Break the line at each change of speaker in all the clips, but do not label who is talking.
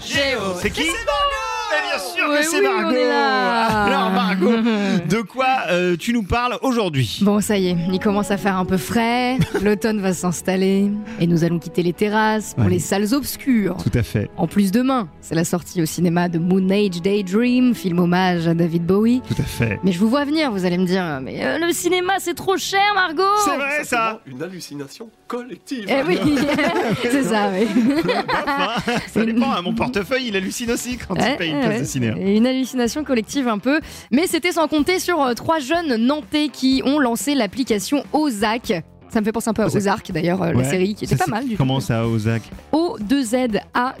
C'est qui Eh bien sûr
Ouais,
que c'est
oui, on
Margot
est là.
Alors Margot, de quoi euh, tu nous parles aujourd'hui
Bon, ça y est, il commence à faire un peu frais, l'automne va s'installer, et nous allons quitter les terrasses pour
Ouais.
les salles obscures.
Tout à fait,
En plus, demain, c'est la sortie au cinéma de Moon Age Daydream, film hommage à David Bowie.
tout à fait.
Mais je vous vois venir, vous allez me dire, mais euh, le cinéma c'est trop cher, Margot
C'est vrai ça
Une hallucination collective.
Eh oui, c'est ça, oui.
Ça dépend, hein, mon portefeuille il hallucine aussi quand
Ouais,
il paye une
ouais,
place de
ouais.
ciné. hein.
Et une hallucination collective un peu. Mais c'était sans compter sur euh, trois jeunes Nantais qui ont lancé l'application Ozark. Ça me fait penser un peu à
Ozark.
Ozark d'ailleurs, euh, la
Ouais.
série qui était
Ça,
pas
c'est-
mal du tout.
Comment ça, Ozak
O2ZAK.
Ah,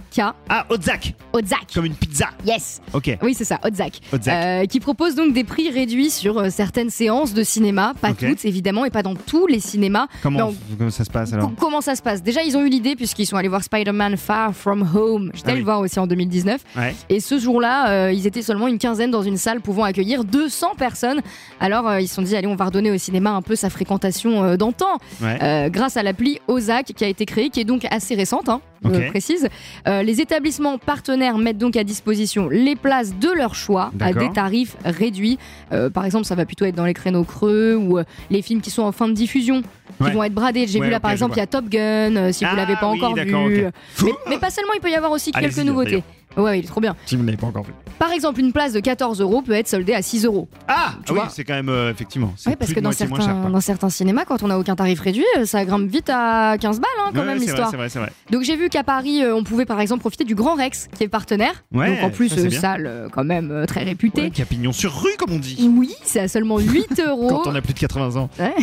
Ozak
Ozark.
Comme une pizza
Yes.
Ok,
Oui, c'est ça, Ozark.
Ozak.
Euh, qui propose donc des prix réduits sur euh, certaines séances de cinéma, pas
Ok. Ah,
toutes évidemment et pas dans tous les cinémas.
Comment,
non.
comment ça se passe alors
Com- Comment ça se passe Déjà, ils ont eu l'idée puisqu'ils sont allés voir Spider-Man Far From Home. J'étais
Ah
allée
oui.
le voir aussi en 2019.
Ouais.
Et ce jour-là, euh, ils étaient seulement une quinzaine dans une salle pouvant accueillir 200 personnes. Alors, euh, ils se sont dit, allez, on va redonner au cinéma un peu sa fréquentation euh, d'antan.
Ouais.
Euh, grâce à l'appli Ozak qui a été créée, qui est donc assez récente, hein, je
Ok.
précise. Euh, les établissements partenaires mettent donc à disposition les places de leur choix à
D'accord.
des tarifs réduits. Euh, par exemple, ça va plutôt être dans les créneaux creux ou euh, les films qui sont en fin de diffusion, qui
Ouais.
vont être bradés. J'ai
Ouais,
vu là
ok,
par
je
exemple,
vois.
il y a Top Gun, euh, si
Ah
vous l'avez pas
oui,
encore
d'accord,
vu.
ok.
Mais, mais pas seulement, il peut y avoir aussi quelques
Allez-y,
nouveautés. Ouais, il est trop bien.
Si vous ne l'avez pas encore vu.
Par exemple, une place de 14 euros peut être soldée à 6 euros.
Ah
Tu
ah Oui,
vois.
c'est quand même, euh, effectivement. c'est
Ouais, parce
plus
que
de
dans
moitié
certains,
moins cher, quoi.
dans certains cinémas, quand on n'a aucun tarif réduit, euh, ça grimpe vite à 15 balles hein, quand
Ouais,
même
c'est vrai,
l'histoire.
c'est vrai, c'est vrai.
Donc j'ai vu qu'à Paris, euh, on pouvait par exemple profiter du Grand Rex, qui est partenaire.
Ouais,
Donc en plus,
ça, c'est
euh,
bien.
salle euh, quand même euh, très réputée.
Ouais, Capignon sur rue, comme on dit.
Oui, c'est à seulement 8 euros.
Quand on a plus de 80 ans.
Ouais.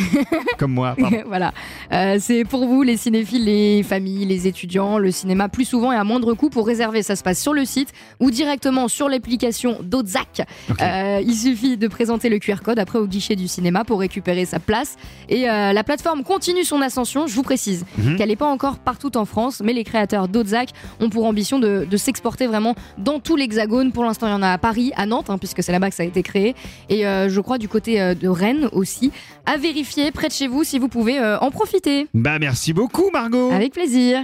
comme moi, pardon.
voilà. Euh, c'est pour vous, les cinéphiles, les familles, les étudiants, le cinéma, plus souvent et à moindre coût pour réserver. Ça se passe sur le site ou directement sur l'application d'Ozak.
Ok.
Euh, il suffit de présenter le QR code après au guichet du cinéma pour récupérer sa place. Et euh, la plateforme continue son ascension, je vous précise
Mhm.
qu'elle n'est pas encore partout en France, mais les créateurs d'Ozak ont pour ambition de, de s'exporter vraiment dans tout l'Hexagone. Pour l'instant, il y en a à Paris, à Nantes, hein, puisque c'est là-bas que ça a été créé, et euh, je crois du côté euh, de Rennes aussi. À vérifier près de chez vous si vous pouvez euh, en profiter.
Bah, merci beaucoup, Margot.
Avec plaisir.